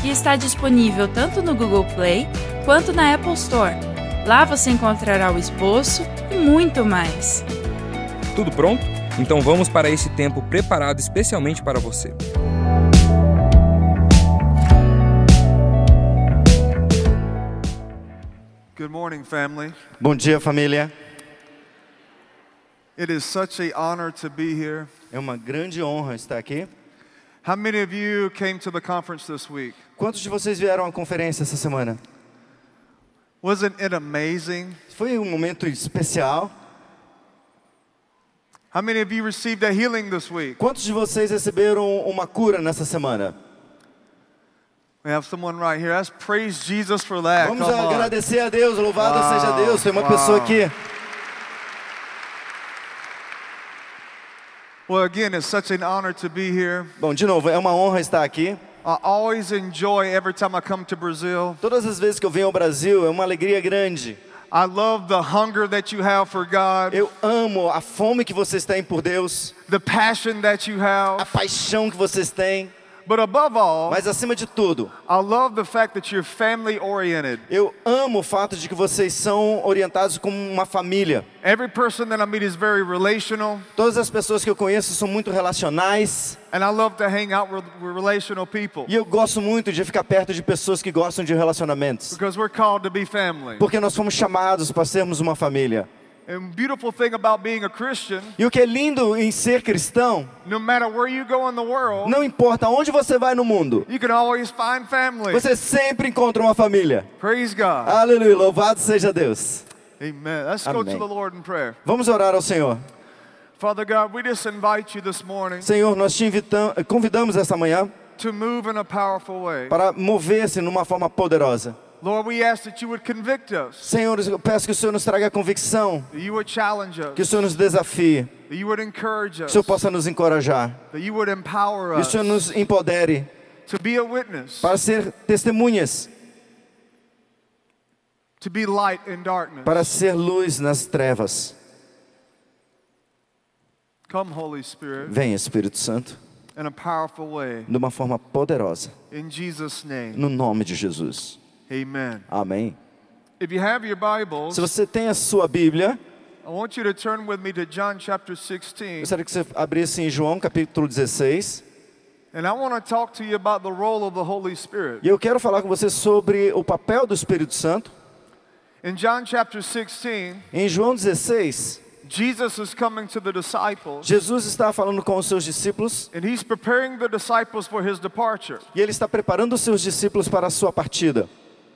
que está disponível tanto no Google Play quanto na Apple Store. Lá você encontrará o esboço e muito mais. Tudo pronto? Então vamos para esse tempo preparado especialmente para você. Good morning, family. Bom dia, família. It is such an honor to be here. É uma grande honra estar aqui. How many of you came to the conference this week? Quantos de vocês vieram à conferência essa semana? Wasn't it amazing? Foi um momento especial. How many of you received a healing this week? Quantos de vocês receberam uma cura nessa semana? We have someone right here. Let's praise Jesus for that. Vamos É, Come on. agradecer a Deus, louvado Uau, seja Deus. Tem uma uau. pessoa aqui. Well, again, it's such an honor to be here. Bom, de novo, é uma honra estar aqui. I always enjoy every time I come to Brazil. Todas as vezes que eu venho ao Brasil, é uma alegria grande. I love the hunger that you have for God, Eu amo a fome que vocês têm por Deus, the passion that you a have. paixão que vocês têm, But above all, mas acima de tudo, I love the fact that you're family oriented. eu amo o fato de que vocês são orientados como uma família. Every person that I meet is very relational, Todas as pessoas que eu conheço são muito relacionais and I love to hang out with, with relational people e eu gosto muito de ficar perto de pessoas que gostam de relacionamentos, because we're called to be family. porque nós fomos chamados para sermos uma família. And beautiful thing about being a Christian, E o que é lindo em ser cristão, no matter where you go in the world, não importa onde você vai no mundo, you can always find family. você sempre encontra uma família. Praise God. Aleluia, louvado seja Deus. Amen. Let's go to Amém. the Lord in prayer. Vamos orar ao Senhor. Father God, we just invite you this morning Senhor, nós te invitam- convidamos essa manhã to move in a powerful way. para mover-se numa forma poderosa. Lord, we ask that you would convict us, Senhor, eu peço que o Senhor nos traga convicção, that you would challenge que o us, Senhor nos desafie, that you would encourage que o us, Senhor possa nos encorajar, that you would empower que o us Senhor nos empodere to be a witness, para ser testemunhas, to be light in darkness. para ser luz nas trevas. Come, Holy Spirit, Venha, Espírito Santo, in a powerful way. de uma forma poderosa, In Jesus' name, no nome de Jesus. amen. Amém. If you have your Bibles, Se você tem a sua Bíblia, I want you to turn with me to John chapter eu 16, gostaria que você abrisse em João capítulo 16. and I want to talk to you about the role of the Holy Spirit. E eu quero falar com você sobre o papel do Espírito Santo. In John chapter 16, Em João 16, Jesus is coming to the disciples, Jesus está falando com os seus discípulos and he's preparing the disciples for his departure. e ele está preparando os seus discípulos para a sua partida.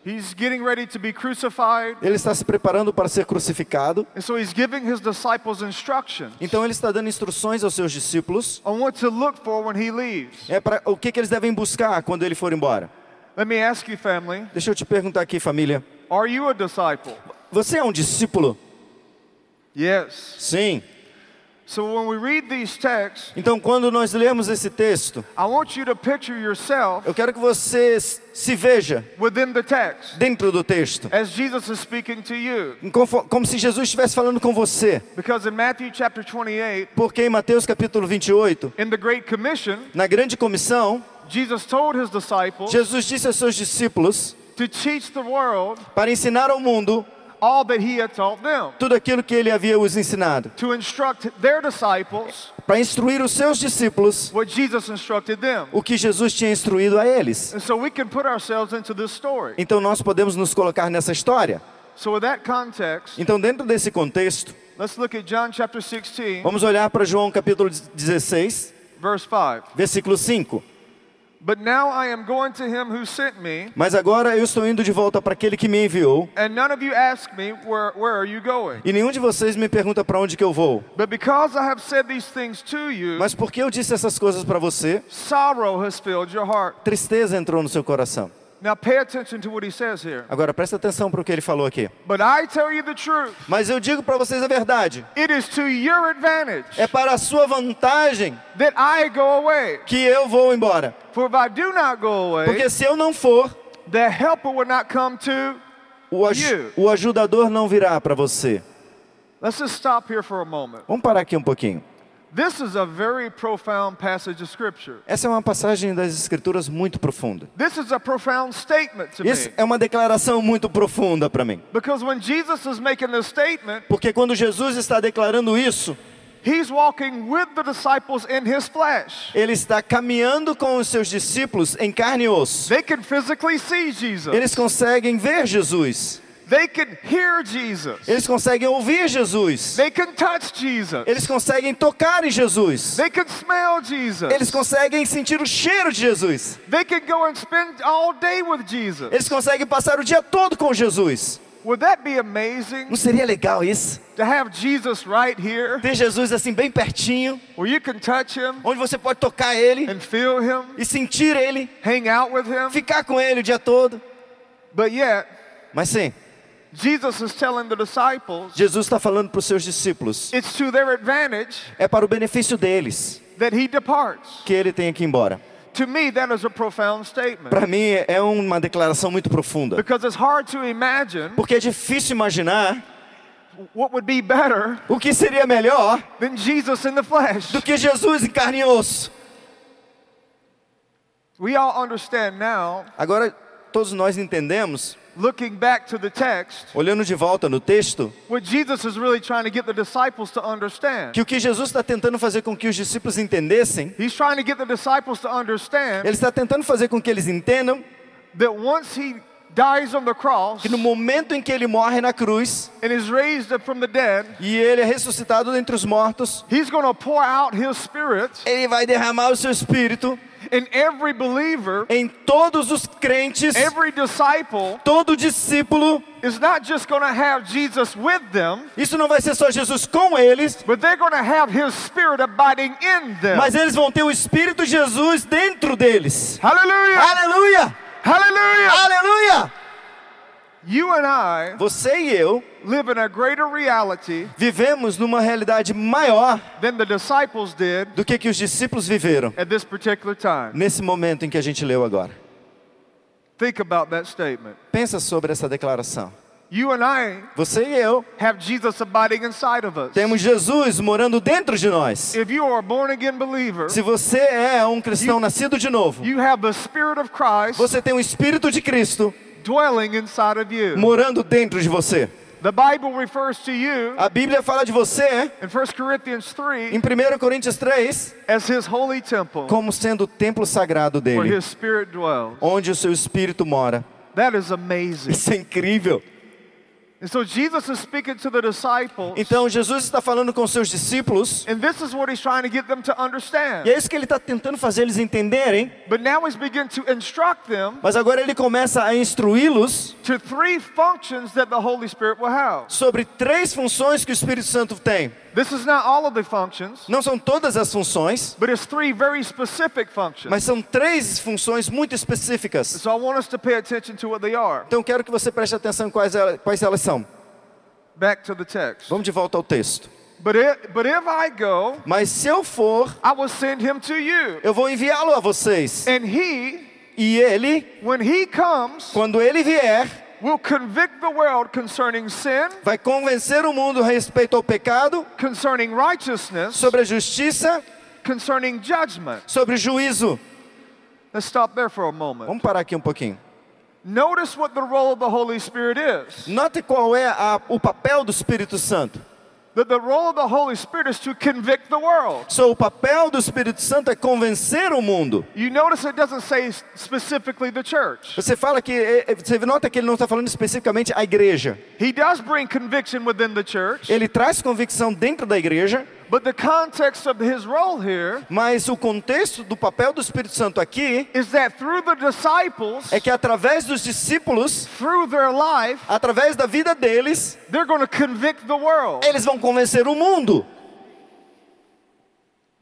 He's getting ready to be crucified, Ele está se preparando para ser crucificado. and so he's giving his disciples instructions Então ele está dando instruções aos seus discípulos on what to look for when he leaves. é para o que, que eles devem buscar quando ele for embora. Let me ask you, family, Deixa eu te perguntar aqui, família. are you a disciple? Você é um discípulo? Yes. Sim. So when we read these texts, Então quando nós lemos esse texto, I want you to picture yourself eu quero que você s- se veja within the text dentro do texto. as Jesus is speaking to you. Confo- Como se Jesus estivesse falando com você. Because in Matthew chapter 28, Porque em Mateus capítulo 28, in the Great Commission, na grande comissão, Jesus told his disciples Jesus disse aos seus discípulos to teach the world para ensinar ao mundo all that he had taught them, tudo aquilo que ele havia os ensinado, to instruct their disciples para instruir os seus discípulos what Jesus instructed them. o que Jesus tinha instruído a eles. And so we can put ourselves into this story. Então nós podemos nos colocar nessa história. So, with that context, Então, dentro desse contexto, let's look at John chapter 16, vamos olhar para João capítulo 16, verse 5. versículo 5. But now I am going to him who sent me, Mas agora eu estou indo de volta para aquele que me enviou, and none of you ask me, Where, where are you going? e nenhum de vocês me pergunta para onde que eu vou. But because I have said these things to you, Mas porque eu disse essas coisas para você, sorrow has filled your heart. tristeza entrou no seu coração. Now pay attention to what he says here. Agora presta atenção para o que ele falou aqui. But I tell you the truth, Mas eu digo para vocês a verdade. it is to your advantage É para a sua vantagem that I go away. que eu vou embora. For if I do not go away, Porque se eu não for, the helper will not come to. o, aj- o ajudador não virá para você. Let's just stop here for a moment. Vamos parar aqui um pouquinho. This is a very profound passage of scripture. Essa é uma passagem das Escrituras muito profunda. This is a profound statement to Isso me. é uma declaração muito profunda para mim. Because when Jesus is making this statement, Porque quando Jesus está declarando isso, he's walking with the disciples in his flesh. ele está caminhando com os seus discípulos em carne e osso. They can physically see Jesus. Eles conseguem ver Jesus. They can hear Jesus. Eles conseguem ouvir Jesus. They can touch Jesus. Eles conseguem tocar em Jesus. They can smell Eles Jesus. conseguem sentir o cheiro de Jesus. They can go and spend all day with Jesus. Eles conseguem passar o dia todo com Jesus. Would that be Não amazing seria legal isso? to have Jesus right here Ter Jesus assim bem pertinho, where you can touch him onde você pode tocar ele and feel him, e sentir ele, hang out with him? ficar com ele o dia todo. But yet, Mas sim, Jesus is telling the disciples Jesus está falando para os seus discípulos. it's to their advantage É para o benefício deles that he departs. que ele tenha que ir embora. To me, that is a profound statement Para mim é uma declaração muito profunda. because it's hard to imagine Porque é difícil imaginar what would be better o que seria melhor than Jesus in the flesh. do que Jesus em carne e osso. We all understand now, Agora, todos nós entendemos, looking back to the text, olhando de volta no texto, what Jesus is really trying to get the disciples to understand. que o que Jesus está tentando fazer com que os discípulos entendessem, He's trying to get the disciples to understand ele está tentando fazer com que eles entendam that once he dies on the cross que no momento em que ele morre na cruz and is raised up from the dead, e ele é ressuscitado dentre os mortos, he's going to pour out his spirit ele vai derramar o seu espírito in every believer, em todos os crentes. every disciple Todo discípulo, is not just going to have Jesus with them, isso não vai ser só Jesus com eles, but they're going to have his spirit abiding in them. mas eles vão ter o Espírito de Jesus dentro deles. Hallelujah! Aleluia! Hallelujah! Aleluia! You and I Você e eu live in a greater reality vivemos numa realidade maior than the disciples did do que, que os discípulos viveram at this particular time. nesse momento em que a gente leu agora. Think about that statement. Pensa sobre essa declaração. You and I Você e eu have Jesus abiding inside of us. temos Jesus morando dentro de nós. If you are a born again believer, Se você é um cristão nascido de novo, you have the Spirit of Christ você tem o Espírito de Cristo dwelling inside of you. morando dentro de você. The Bible refers to you A Bíblia fala de você in 1 Corinthians em 3 1 Coríntios 3 as His holy temple como sendo o templo sagrado where dele, His Spirit dwells. onde o seu espírito mora. That is amazing. Isso é incrível. And so Jesus is speaking to the disciples, Então Jesus está falando com seus discípulos and this is what He's trying to get them to e understand. é isso que ele está tentando fazer eles entenderem. But now He's beginning to instruct them Mas agora ele começa a instruí-los to three functions that the Holy Spirit will have. sobre três funções que o Espírito Santo tem. This is not all of the functions, Não são todas as funções, but it's three very specific functions. mas são três funções muito específicas. So I want us to pay attention to what they are. Então quero que você preste atenção em quais elas, quais elas são. Back to the text. Vamos de volta ao texto. But if, but if I go, Mas se eu for, I will send him to you. eu vou enviá-lo a vocês. And he, E ele, when he comes, quando ele vier, will convict the world concerning sin, vai convencer o mundo a respeito ao pecado, concerning righteousness, sobre a justiça, concerning judgment. sobre o juízo. Let's stop there for a moment. Vamos parar aqui um pouquinho. Notice what the role of the Holy Spirit is. Note qual é a- o papel do Espírito Santo. That the role of the Holy Spirit is to convict the world. So, o papel do Espírito Santo é convencer o mundo. You notice it doesn't say s- specifically the church. Você fala que é, é, você nota que ele não está falando especificamente a igreja. He does bring conviction within the church, Ele traz convicção dentro da igreja, but the context of his role here mas o contexto do papel do Espírito Santo aqui is that through the disciples, é que através dos discípulos, through their life, através da vida deles, they're going to convict the world. eles vão convencer o mundo.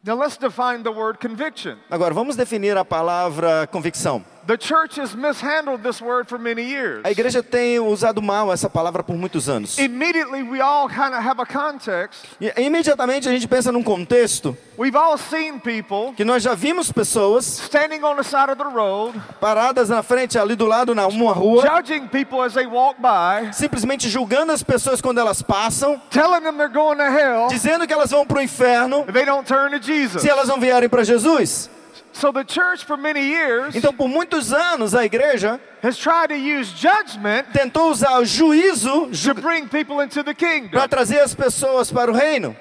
Now let's define the word conviction. Agora vamos definir a palavra convicção. The church has mishandled this word for many years. A igreja tem usado mal essa palavra por muitos anos. E Immediately, we all kind of have a context. imediatamente a gente pensa num contexto We've all seen people que nós já vimos pessoas standing on the side of the road, paradas na frente, ali do lado, na uma rua, judging people as they walk by, simplesmente julgando as pessoas quando elas passam, telling them they're going to hell dizendo que elas vão para o inferno if they don't turn to Jesus. se elas não vierem para Jesus. So the church for many years Então, por muitos anos, a igreja has tried to use judgment tentou usar o juízo to bring people into the para kingdom. trazer as pessoas para o reino.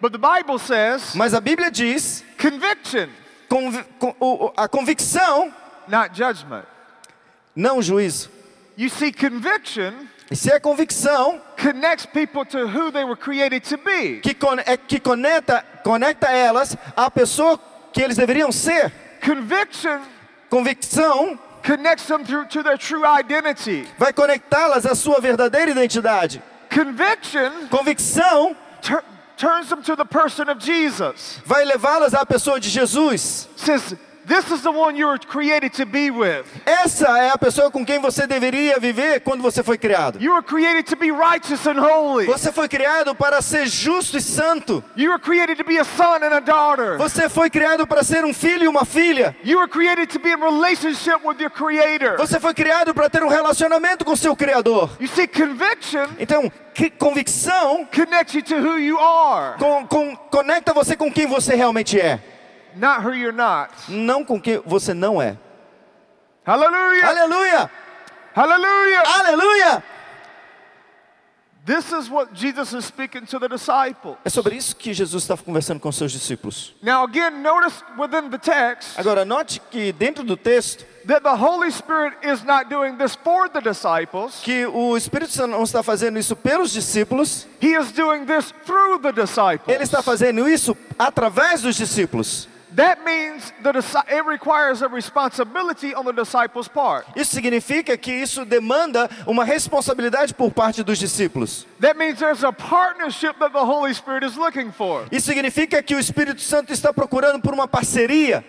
But the Bible says Mas a Bíblia diz conviction, convi con- o- o- a convicção, not judgment. não o juízo. You see, conviction E se é convicção connects people to who they were created to be. que, con é, que conecta, conecta elas à pessoa que eles deveriam ser, Conviction convicção connects them through to their true identity. vai conectá-las à sua verdadeira identidade. Conviction Convicção tur- turns them to the person of Jesus. vai levá-las à pessoa de Jesus. Says, this is the one you were created to be with. Essa é a pessoa com quem você deveria viver quando você foi criado. You were created to be righteous and holy. Você foi criado para ser justo e santo. You were created to be a son and a daughter. Você foi criado para ser um filho e uma filha. You were created to be in relationship with your creator. Você foi criado para ter um relacionamento com seu Criador. You see, conviction Então, que- convicção connects you to who you are, con- con- conecta você com quem você realmente é, not who you're not. não com quem você não é. Hallelujah! Aleluia! Hallelujah! Aleluia! This is what Jesus is speaking to the disciple. É sobre isso que Jesus estava conversando com seus discípulos. Now, again, notice within the text Agora, note que dentro do texto, that the Holy Spirit is not doing this for the disciples, que o Espírito Santo não está fazendo isso pelos discípulos, He is doing this through the ele disciples. está fazendo isso através dos discípulos. That means the disci- it requires a responsibility on the disciples' part. Isso significa que isso demanda uma responsabilidade por parte dos discípulos. That means there's a partnership that the Holy Spirit is looking for. Isso significa que o Espírito Santo está procurando por uma parceria.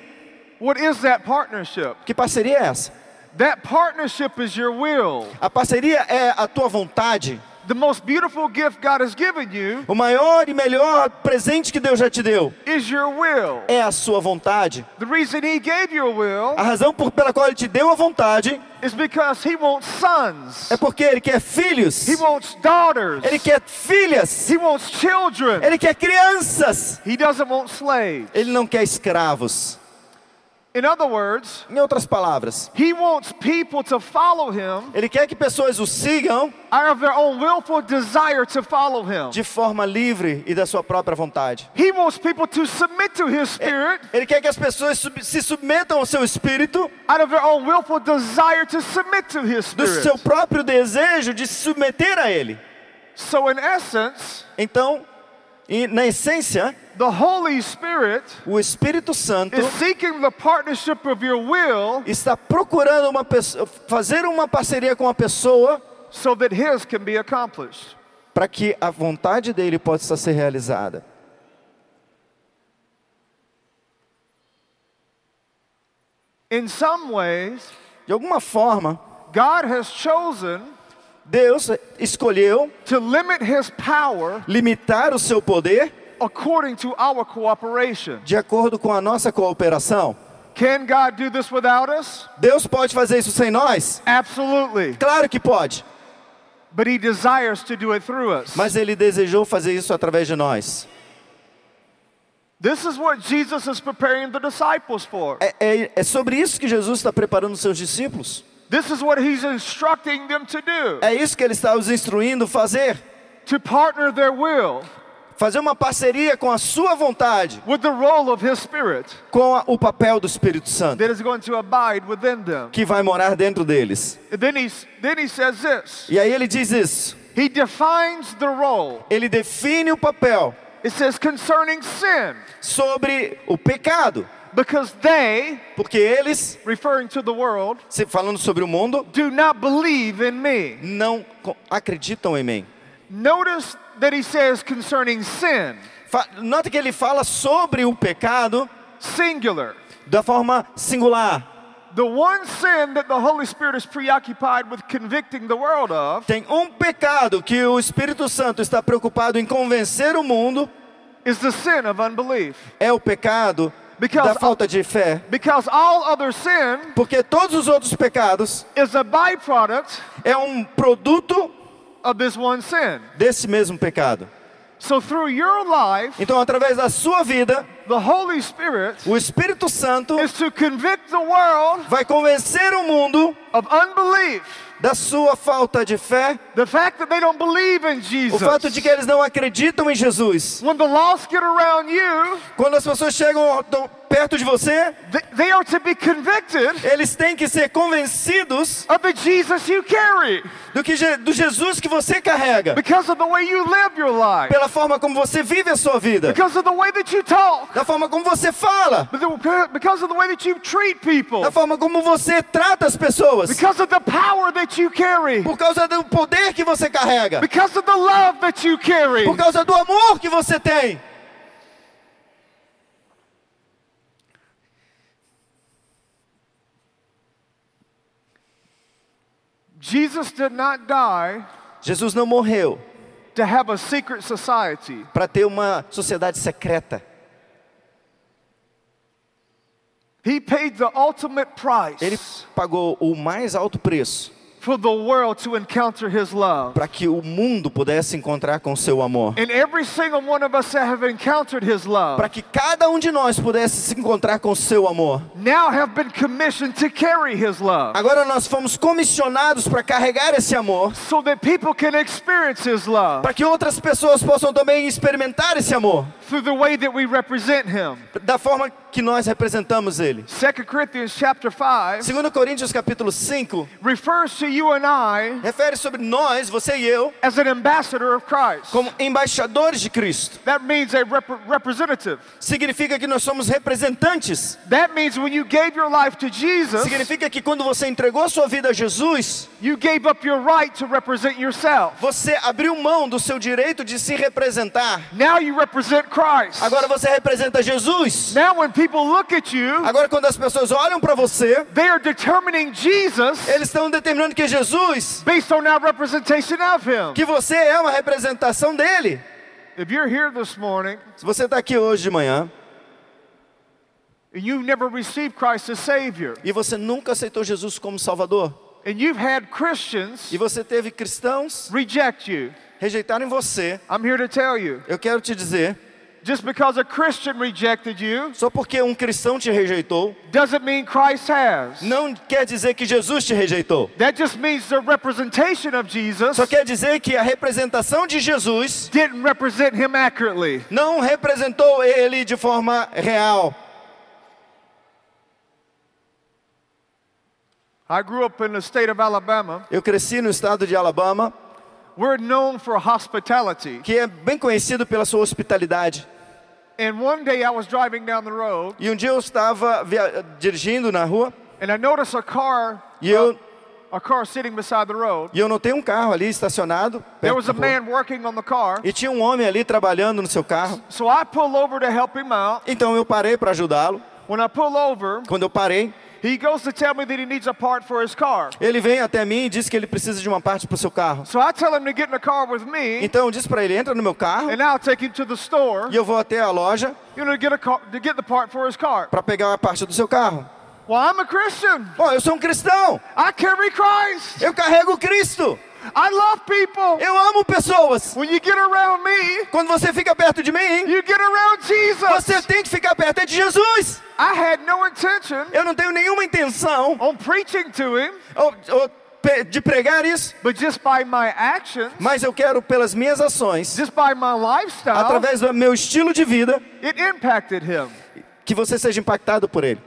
What is that partnership? Que parceria é essa? That partnership is your will. A parceria é a tua vontade. The most beautiful gift God has given you O maior e melhor presente que Deus já te deu is your will. é a sua vontade. The reason He gave you a will A razão por- pela qual Ele te deu a vontade is because He wants sons. é porque Ele quer filhos. He wants daughters. Ele quer filhas. He wants children. Ele quer crianças. He doesn't want slaves. Ele não quer escravos. In other words, Em outras palavras, He wants people to follow Him Ele quer que pessoas o sigam out of their own willful desire to follow Him. de forma livre e da sua própria vontade. He wants people to submit to His Spirit Ele quer que as pessoas sub- se submetam ao seu espírito, out of their own willful desire to submit to His do seu Spirit. próprio desejo de se submeter a Ele. So, in essence, Então, e na essência, the Holy Spirit o Espírito Santo is seeking the partnership of your will está procurando uma pessoa, fazer uma parceria com a pessoa so that His can be accomplished. para que a vontade dele possa ser realizada. In some ways, De alguma forma, God has chosen Deus escolheu to limit His power limitar o seu poder according to our cooperation. de acordo com a nossa cooperação. Can God do this without us? Deus pode fazer isso sem nós? Absolutely. Claro que pode, But He desires to do it through us. mas ele desejou fazer isso através de nós. This is what Jesus is preparing the disciples for. É, é- é sobre isso que Jesus está preparando os seus discípulos. This is what he's instructing them to do É isso que ele está os instruindo a fazer. to partner their will Fazer uma parceria com a sua vontade, with the role of his spirit com a- o papel do Espírito Santo, that is going to abide within them. que vai morar dentro deles. And then, he, then he says this E aí ele diz isso. He defines the role. Ele define o papel It says concerning sin, sobre o pecado, because they, porque eles, referring to the world, se falando sobre o mundo, do not believe in me. não co- acreditam em mim. Notice that he says concerning sin, Fa Nota que ele fala sobre o pecado singular. da forma singular. The one sin that the Holy Spirit is preoccupied with convicting the world of Tem um pecado que o Espírito Santo está preocupado em convencer o mundo, is the sin of unbelief. é o pecado Because- da falta de fé. Because all other sin Porque todos os outros pecados is a byproduct é um produto of this one sin. desse mesmo pecado. So through your life, Então, através da sua vida, the Holy Spirit o Espírito Santo is to convict the world vai convencer o mundo of unbelief. da sua falta de fé, The fact that they don't believe in o Jesus. fato de que eles não acreditam em Jesus. When the lost get around you, Quando as pessoas chegam tão perto de você, th- they are to be convicted eles têm que ser convencidos of the Jesus you carry do que Je- do Jesus que você carrega, because of the way you live your life, pela forma como você vive a sua vida, because of the way that you talk, da forma como você fala, but the- because of the way that you treat people, da forma como você trata as pessoas, because of the power that you carry, por causa do poder que você carrega, because of the love that you carry. por causa do amor que você tem. Jesus did not die Jesus não morreu to have a secret society. para ter uma sociedade secreta. He paid the ultimate Ele price pagou o mais alto preço for the world to encounter his love. para que o mundo pudesse encontrar com seu amor. And every single one of us that have encountered his love Para que cada um de nós pudesse se encontrar com seu amor. now have been commissioned to carry his love Agora nós fomos comissionados para carregar esse amor, so that people can experience his love para que outras pessoas possam também experimentar esse amor, through the way that we represent him. da forma que nós representamos ele. 2 Corinthians chapter 5 2 Coríntios capítulo 5 refers to you and I refere sobre nós, você e eu, as an ambassador of Christ. como embaixadores de Cristo. That means a rep- representative. Significa que nós somos representantes. That means when you gave your life to Jesus, Significa que quando você entregou sua vida a Jesus, you gave up your right to represent yourself. você abriu mão do seu direito de se representar. Now you represent Christ. Agora você representa Jesus. Now when people look at you, Agora quando as pessoas olham para você, they are determining Jesus eles estão determinando que Jesus based on our representation of him. que você é uma representação dele. If you're here this morning Se você está aqui hoje de manhã and you've never received Christ as Savior, e você nunca aceitou Jesus como Salvador, and you've had Christians e você teve cristãos reject you, rejeitarem você, I'm here to tell you eu quero te dizer, just because a Christian rejected you só porque um cristão te rejeitou, doesn't mean Christ has. não quer dizer que Jesus te rejeitou. That just means the representation of Jesus Só quer dizer que a representação de Jesus didn't represent him accurately. não representou ele de forma real. I grew up in the state of Alabama. Eu cresci no estado de Alabama, We're known for hospitality. que é bem conhecido pela sua hospitalidade. And one day I was driving down the road E um dia eu estava via- dirigindo na rua and I noticed a car, e eu a car sitting beside the road. E eu notei um carro ali estacionado. There perto was da a rua. man working on the car. E tinha um homem ali trabalhando no seu carro. So I pull over to help him out. Então eu parei para ajudá-lo. When I pull over, Quando eu parei, he goes to tell me that he needs a part for his car. ele vem até mim e diz que ele precisa de uma parte para o seu carro. So I tell him to get in the car with me Então eu disse para ele: entra no meu carro and I'll take him to the store, e eu vou até a loja you know, to get a car, to get the part for his car. para pegar a parte do seu carro. Well, I'm a Christian. Bom, eu sou um cristão. I carry Christ. Eu carrego Cristo. I love people. Eu amo pessoas. When you get around me, Quando você fica perto de mim, you get around você Jesus. tem que ficar perto é de Jesus. I had no intention Eu não tenho nenhuma intenção on preaching to him, ou- ou pe- de pregar isso, but just by my actions, mas eu quero, pelas minhas ações, just by my lifestyle, através do meu estilo de vida, it impacted him. que você seja impactado por ele.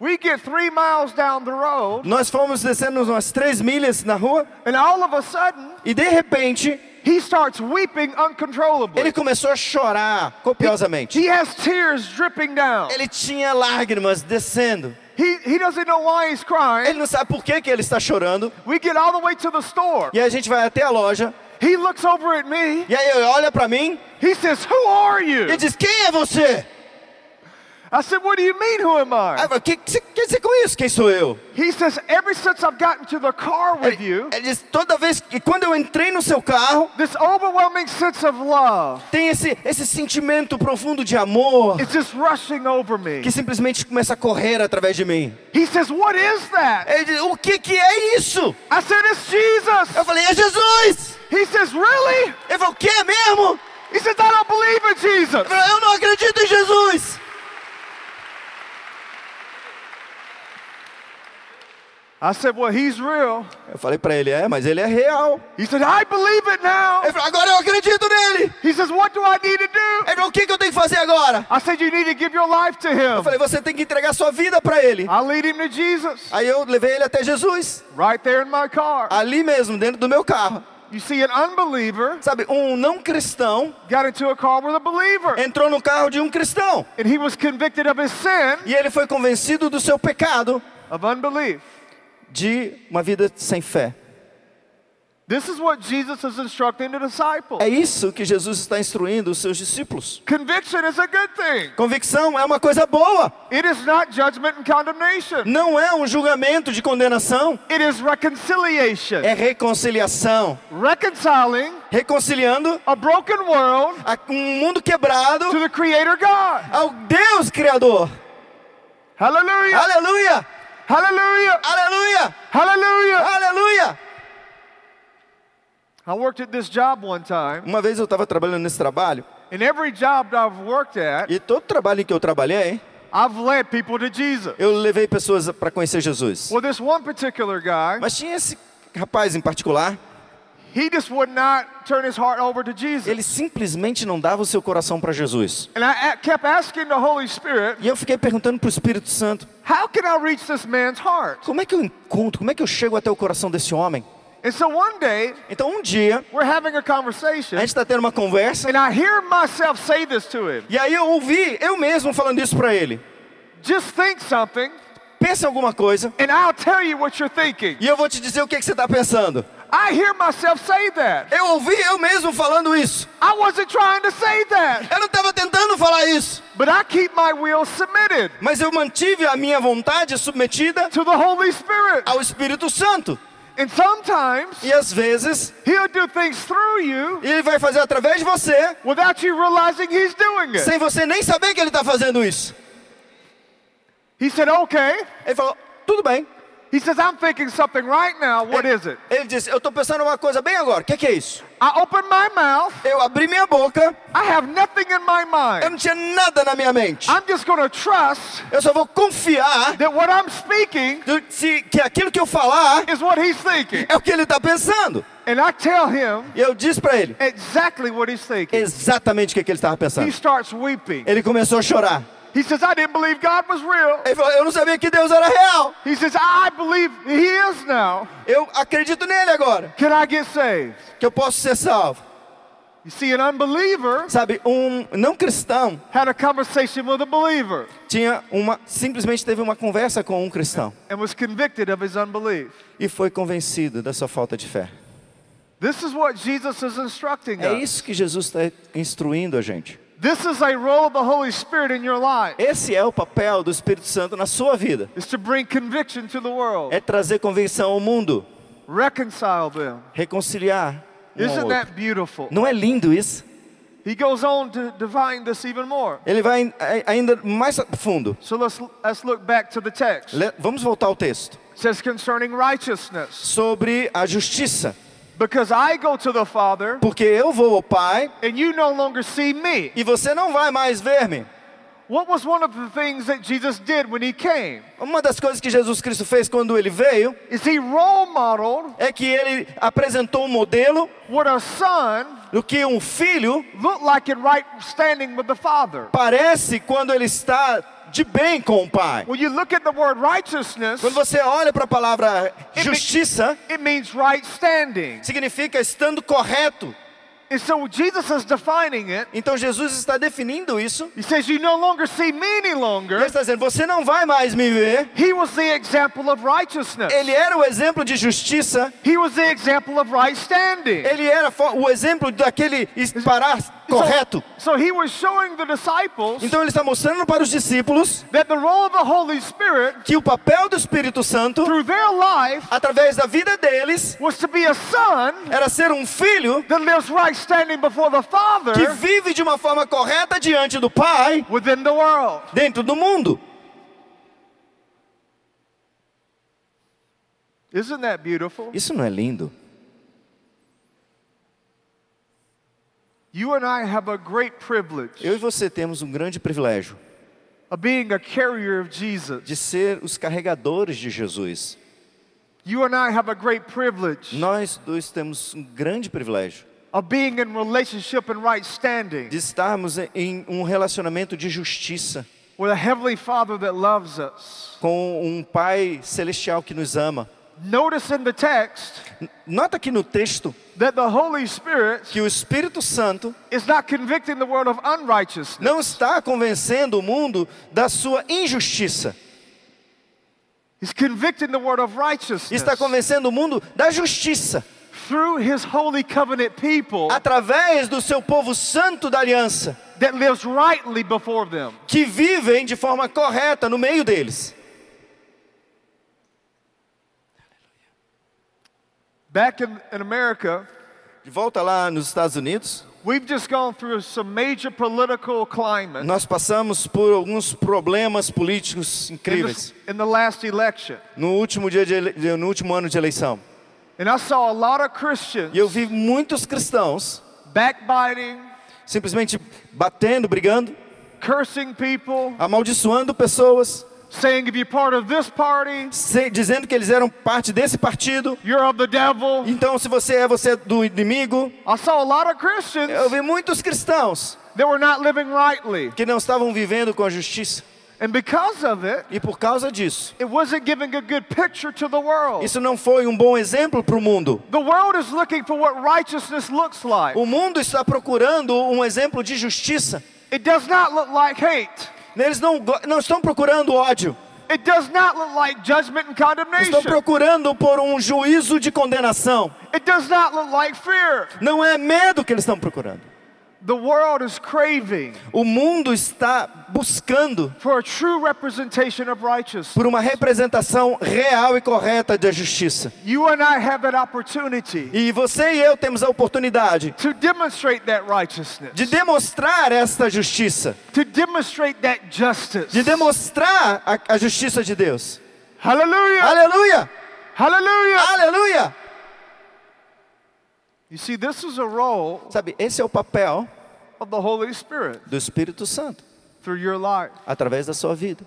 We get three miles down the road, Nós fomos descendo umas três milhas na rua and all of a sudden, e de repente he starts weeping ele uncontrollably. começou a chorar copiosamente. He has tears dripping down. Ele tinha lágrimas descendo. He, he doesn't know why he's crying. Ele não sabe por que, que ele está chorando. We get all the way to the store. E a gente vai até a loja He looks over at me. e aí ele olha pra mim He says, Who are e you? diz: Quem é você? I said, What do you mean, who am I? Agora, o que, que você quer dizer com isso? Quem sou eu? He says, Ever since I've gotten to the car with Ele, you, ele diz, toda vez que quando eu entrei no seu carro, this overwhelming sense of love tem esse, esse sentimento profundo de amor is just rushing over me. que simplesmente começa a correr através de mim. He says, What is that? Ele diz, o que, que é isso? I said, It's Jesus. Eu falei, é Jesus! He says, Really? Ele falou, o que é mesmo? He says, I don't believe in Eu Jesus. falei, eu não acredito em Jesus! I said, Well, he's real. Eu falei pra ele, é, mas ele é real. He said, I believe it now. Ele falou, agora eu acredito nele! He says, What do I need to do? Ele falou, o que, que eu tenho que fazer agora? I said, You need to give your life to Eu him. falei, você tem que entregar sua vida pra ele. I lead him to Jesus Aí eu levei ele até Jesus, right there in my car. ali mesmo, dentro do meu carro. You see, an unbeliever Sabe, um não cristão got into a car with a believer entrou no carro de um cristão and he was convicted of his sin e ele foi convencido do seu pecado of unbelief. de uma vida sem fé. This is what Jesus is instructing the disciples. É isso que Jesus está instruindo os seus discípulos. Conviction is a good thing. Convicção é uma coisa boa, It is not judgment and condemnation. não é um julgamento de condenação, It is reconciliation. é reconciliação. Reconciling Reconciliando a broken world a- um mundo quebrado to the Creator God. ao Deus Criador. Hallelujah. Aleluia! Hallelujah. Aleluia! Hallelujah. Aleluia! I worked at this job one time, Uma vez eu estava trabalhando nesse trabalho, and every job that I've worked at, e todo trabalho que eu trabalhei, I've led people to Jesus. eu levei pessoas para conhecer Jesus. Well, this one particular guy, Mas tinha esse rapaz em particular, he just would not turn his heart over to Jesus. ele simplesmente não dava o seu coração para Jesus. And I a- kept asking the Holy Spirit, E eu fiquei perguntando para o Espírito Santo, how can I reach this man's heart? como é que eu encontro, como é que eu chego até o coração desse homem? And so one day, Então um dia, we're having a a conversation, gente está tendo uma conversa, and I hear myself say this to him e aí eu ouvi eu mesmo falando isso para ele. just think something, Pensa em alguma coisa, and I'll tell you what you're thinking. e eu vou te dizer o que, que você está pensando. I hear myself say that. Eu ouvi eu mesmo falando isso. I wasn't trying to say that, Eu não estava tentando falar isso, but I keep my will submitted mas eu mantive a minha vontade submetida to the Holy Spirit. ao Espírito Santo. And sometimes E às vezes, He'll do things through you ele vai fazer através de você, without you realizing He's doing it. sem você nem saber que ele está fazendo isso. He said, Okay. Ele falou, tudo bem. He says, I'm thinking something right now. What is it? Ele disse, eu estou pensando uma coisa bem agora, o que, que é isso? I opened my mouth. Eu abri minha boca, I have nothing in my eu mind. não tinha nada na minha mente. I'm just going to trust Eu só vou confiar that what I'm speaking do- se- que aquilo que eu falar is what he's thinking. é o que ele está pensando. And I tell him E eu disse para ele exactly what he's thinking. exatamente o que, que ele estava He pensando. starts weeping. Ele começou a chorar. He says, I didn't believe God was real. Ele falou, eu não sabia que Deus era real. He says, I believe he is now. Eu acredito nele agora, Can I get saved? que eu posso ser salvo. You see, an unbeliever Sabe, um não cristão had a conversation with a believer tinha uma simplesmente teve uma conversa com um cristão and was convicted of his unbelief. e foi convencido da sua falta de fé. This is what Jesus is instructing É us. isso que Jesus está instruindo a gente. This is a role of the Holy Spirit in your life. Esse é o papel do Espírito Santo na sua vida. is to bring conviction to the world, É trazer convenção ao mundo, reconcile them. reconciliar. Um ao Isn't outro. that beautiful? Não é lindo isso? He goes on to define this even more. Ele vai em- a- ainda mais a fundo. So let's, let's look back to the text. It Le- Vamos voltar ao texto says concerning righteousness, sobre a justiça, because I go to the Father porque eu vou ao Pai and you no longer see me. e você não vai mais ver-me. What was one of the things that Jesus did when he came? Uma das coisas que Jesus Cristo fez quando ele veio Is he role modeled é que ele apresentou um modelo what a son do que um filho looked like in right standing with the Father? parece quando ele está de bem com o Pai. When you look at the word righteousness, Quando você olha para a palavra justiça, it means right standing. significa estando correto. And so Jesus is defining it Então Jesus está definindo isso. He says, You no longer see me any Ele longer. está dizendo: você não vai mais me ver. He was the example of righteousness. Ele era o exemplo de justiça. He was the example of right standing. Ele era fo- o exemplo daquele es- parar correto. So he was showing the disciples Então ele está mostrando para os discípulos that the role of the Holy Spirit que o papel do Espírito Santo, through their life através da vida deles, was to be a son era ser um filho that lives right standing before the que Father vive de uma forma correta diante do Pai within the world. dentro do mundo. Isn't that beautiful? Isso não é lindo? You and I have a great privilege Eu e você temos um grande privilégio of being a carrier of Jesus. de ser os carregadores de Jesus. You and I have a great privilege Nós dois temos um grande privilégio of being in relationship and right standing de estarmos em- em um relacionamento de justiça with a heavenly Father that loves us. com um Pai celestial que nos ama. Notice in the text N- Nota aqui no texto that the Holy Spirit que o Espírito Santo is not convicting the world of unrighteousness. não está convencendo o mundo da sua injustiça, He's convicting the world of righteousness está convencendo o mundo da justiça through his holy covenant people através do seu povo santo da aliança, that lives rightly before them. que vivem de forma correta no meio deles. Back in, in America, De volta lá nos Estados Unidos, we've just gone through some major political climate nós passamos por alguns problemas políticos in, this- incríveis in the last election. no último dia de ele- de- no último ano de eleição. And I saw a lot of Christians E eu vi muitos cristãos backbiting, simplesmente batendo, brigando, cursing people, amaldiçoando pessoas, saying, if you're part of this party, se- dizendo que eles eram parte desse partido. you're of the devil. Então, se você é, você é do inimigo. I saw a lot of Christians Eu vi muitos cristãos that were not living rightly. que não estavam vivendo com a justiça. And because of it, E por causa disso, it wasn't giving a good picture to the world. isso não foi um bom exemplo para o mundo. The world is looking for what righteousness looks like. O mundo está procurando um exemplo de justiça. It does not look like hate. Eles não, go- não estão procurando ódio. It does not look like judgment and Estão condemnation. procurando por um juízo de condenação. It does not look like fear. Não é medo que eles estão procurando. The world is craving O mundo está buscando for a true representation of righteousness. por uma representação real e correta da justiça. You and I have that opportunity E você e eu temos a oportunidade to demonstrate that de righteousness, demonstrar esta justiça, to demonstrate that justice. de demonstrar a, a justiça de Deus. Hallelujah! Aleluia! Hallelujah! Aleluia! You see, this is a role Sabe, esse é o papel of the Holy Spirit do Espírito Santo through your life. através da sua vida.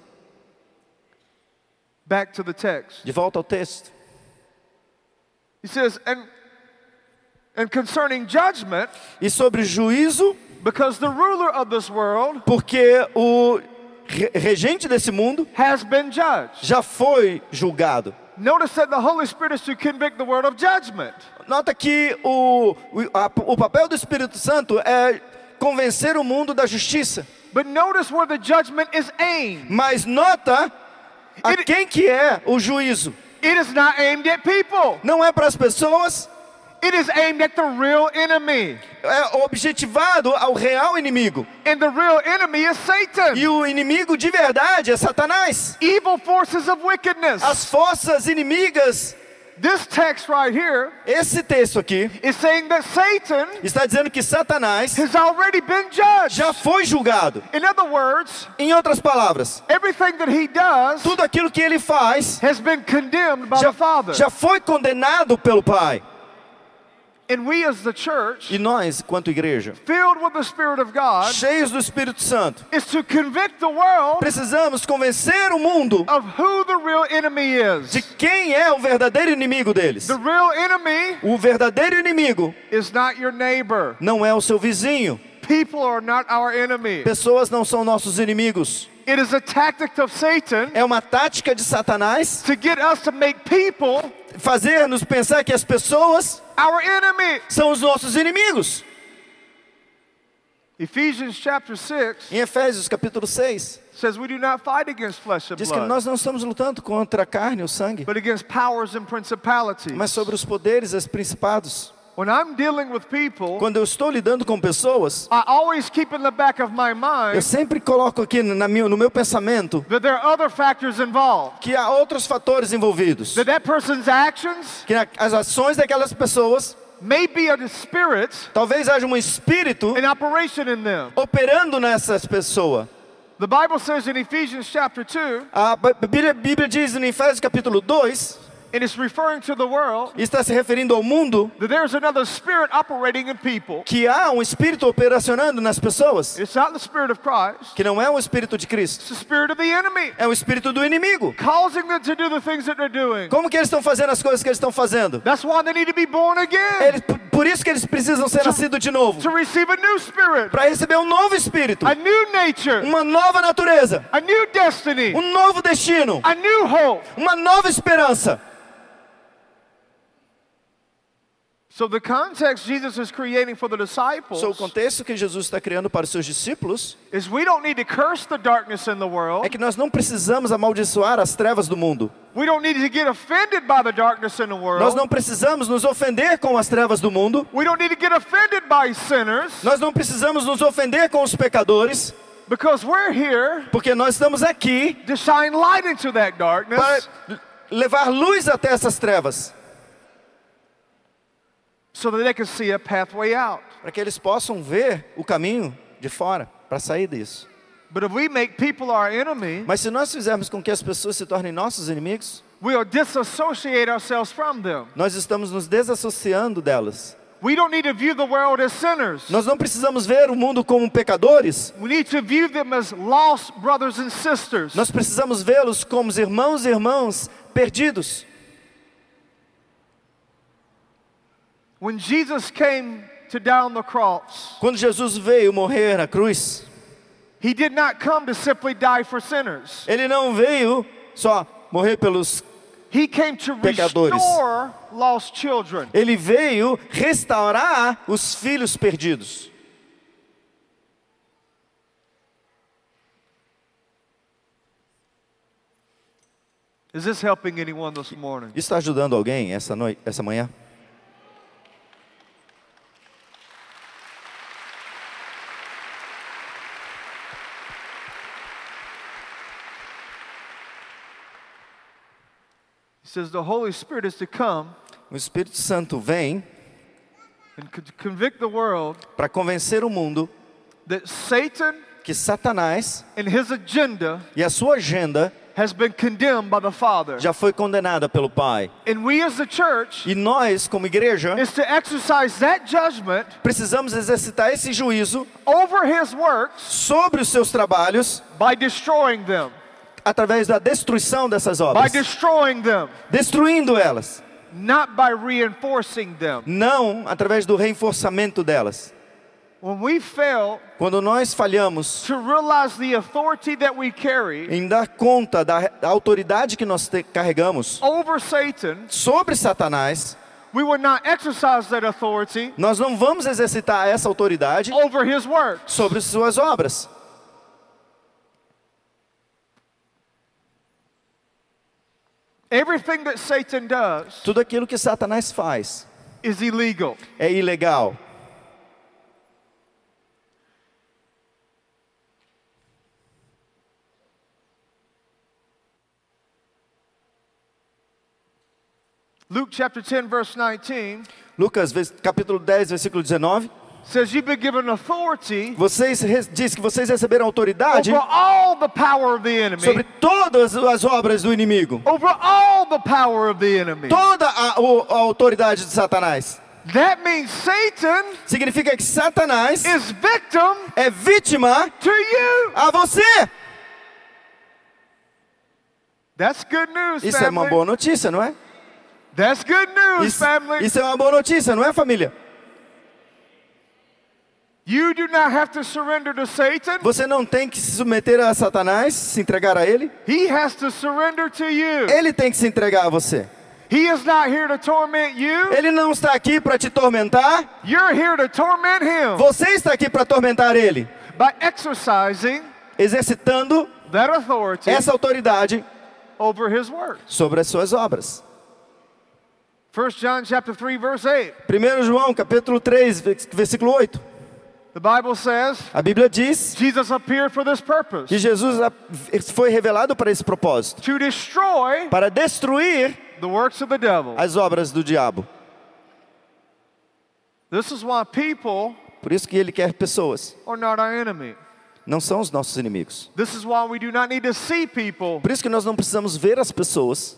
Back to the text. De volta ao texto. He says, and, and concerning judgment, E sobre juízo, because the ruler of this world porque o re- regente desse mundo has been judged. já foi julgado. Notice that the Holy Spirit is to convict the world of judgment. Nota que o, o, a- o papel do Espírito Santo é convencer o mundo da justiça. But notice where the judgment is aimed. Mas nota a Ele- quem que é o juízo. It is not aimed at people. Não é para as pessoas, It is aimed at the real enemy. é objetivado ao real inimigo. And the real enemy is Satan. E o inimigo de verdade é Satanás. Evil forces of As wickedness. forças inimigas. This text right here Esse texto aqui is saying that Satan está dizendo que Satanás has already been judged. já foi julgado. In other words, Em outras palavras, everything that he does tudo aquilo que ele faz has been condemned by the já, Father. já foi condenado pelo Pai. And we as the church, E nós, quanto igreja, filled with the Spirit of God, cheios do Espírito Santo, is to convict the world precisamos convencer o mundo of who the real enemy is. de quem é o verdadeiro inimigo deles. The real enemy O verdadeiro inimigo is not your neighbor. não é o seu vizinho. People are not our enemy. Pessoas não são nossos inimigos. It is a tactic of Satan É uma tática de Satanás to get us to make people fazer-nos pensar que as pessoas our enemy. são os nossos inimigos. Ephesians chapter 6 Em Efésios capítulo 6, says we do not fight against flesh and diz que blood, nós não estamos lutando contra a carne ou sangue, but against powers and principalities, mas sobre os poderes e os principados, When I'm dealing with people, Quando eu estou lidando com pessoas, I always keep in the back of my eu mind sempre coloco aqui na minha, no meu pensamento that there are other factors involved. que há outros fatores envolvidos. That that person's actions Que na- as ações daquelas pessoas, may be a spirit talvez haja um espírito in operation in them. operando nessas pessoas. The Bible says in Ephesians chapter 2, A Bí- Bíblia, Bíblia diz em Efésios capítulo 2, and it's referring to the world, e está se referindo ao mundo, that there's another spirit operating in people. que há um espírito operacionando nas pessoas, It's not the spirit of Christ, que não é um espírito de Cristo, it's the spirit of the enemy, é um espírito do inimigo. causing them to do the things that they're doing. Como que eles estão fazendo as coisas que eles estão fazendo? That's why they need to be born again Eles, por- por isso que eles precisam ser nascidos de novo, to receive a new spirit, para receber um novo espírito, a new nature, uma nova natureza, a new destiny, um novo destino, a new hope. uma nova esperança. So the context Jesus is creating for the disciples So, o contexto que Jesus está criando para os seus discípulos is we don't need to curse the darkness in the world. é que nós não precisamos amaldiçoar as trevas do mundo. We don't need to get offended by the darkness in the Nós world. não precisamos nos ofender com as trevas do mundo. We don't need to get offended by sinners Nós não precisamos nos ofender com os pecadores, because we're here porque nós estamos aqui to shine light into that darkness. para levar luz até essas trevas, so that they can see a pathway out. para que eles possam ver o caminho de fora para sair disso. But if we make people our enemy, Mas se nós fizermos com que as pessoas se tornem nossos inimigos, we'll disassociate ourselves from them. nós estamos nos desassociando delas. We don't need to view the world as sinners. Nós não precisamos ver o mundo como pecadores, We need to view them as lost brothers and sisters. nós precisamos vê-los como os irmãos e irmãs perdidos. When Jesus came to die on the cross, Quando Jesus veio morrer na cruz, he did not come to simply die for sinners. ele não veio só morrer pelos He came to Pecadores. restore lost children. Ele veio restaurar os filhos perdidos. Is this helping anyone this morning? Isso está ajudando alguém essa noite, essa manhã? He says the Holy Spirit is to come O Espírito Santo vem and co- convict the world para convencer o mundo that Satan que Satanás and his agenda e a sua agenda has been condemned by the Father. já foi condenada pelo Pai. And we as the church E nós, como igreja, is to exercise that judgment precisamos exercitar esse juízo over his works sobre os seus trabalhos by destroying them, através da destruição dessas by obras, destroying them, destruindo elas, not by reinforcing them. não através do reforçamento delas. When we fail Quando nós falhamos to realize the authority that we carry em dar conta da, da autoridade que nós te- carregamos over Satan, sobre Satanás, we will not exercise that authority nós não vamos exercitar essa autoridade over his works. sobre suas obras. Everything that Satan does Tudo aquilo que Satanás faz is illegal. é ilegal. Luke chapter 10, verse 19 Lucas, vers- capítulo 10, versículo 19. says, You've been given authority Vocês re- diz que vocês receberam autoridade over all the power of the sobre enemy, todas as obras do inimigo. over all the power of the enemy. Toda a, o- a autoridade de Satanás. That means Satan Significa que Satanás is victim é vítima to you. a você. That's good news, Isso é uma family. boa notícia, não é? That's good news, Isso, family. isso é uma boa notícia, não é, família? you do not have to surrender to Satan. Você não tem que se submeter a Satanás, se entregar a ele. He has to surrender to you. Ele tem que se entregar a você. He is not here to torment you. Ele não está aqui para te tormentar. You're here to torment him Você está aqui para tormentar ele, by exercising exercitando that authority essa autoridade over his works. sobre as suas obras. 1 John chapter 3 verse 8. 1 João capítulo 3, vers- versículo 8. The Bible says A Bíblia diz Jesus appeared for this purpose que Jesus a- foi revelado para esse propósito, to destroy para destruir the works of the devil. as obras do diabo. This is why people Por isso que ele quer pessoas, are not our enemy. não são os nossos inimigos. This is why we do not need to see people Por isso que nós não precisamos ver as pessoas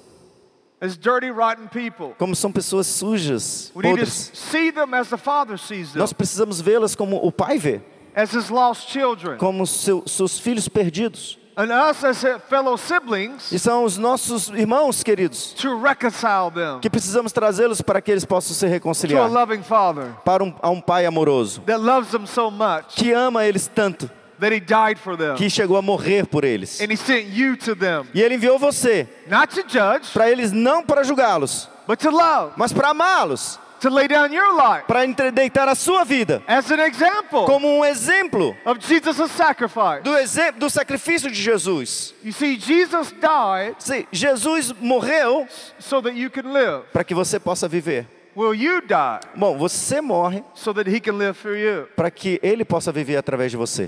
as dirty, rotten people. como são pessoas sujas, We need to podres. see them as the Father sees them, Nós precisamos vê-las como o pai vê, as His lost children, como seu, seus filhos perdidos. and us as his fellow E siblings são os nossos irmãos queridos to reconcile them que precisamos trazê-los para que eles possam se to a reconciliar loving Father para um, a um pai amoroso that loves them so much que ama eles tanto that He died for them. que chegou a morrer por eles. And He sent you to them, E ele enviou você not to judge, para eles não para julgá-los, but to love, mas para amá-los, to lay down your life para entre- deitar a sua vida as an example como um exemplo of Jesus' sacrifice. do exemplo do sacrifício de Jesus. You see, Jesus died Sim, Jesus morreu so that you can live. para que você possa viver. Will you die Bom, você morre so that He can live for you? para que ele possa viver através de você.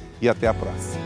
e até a próxima.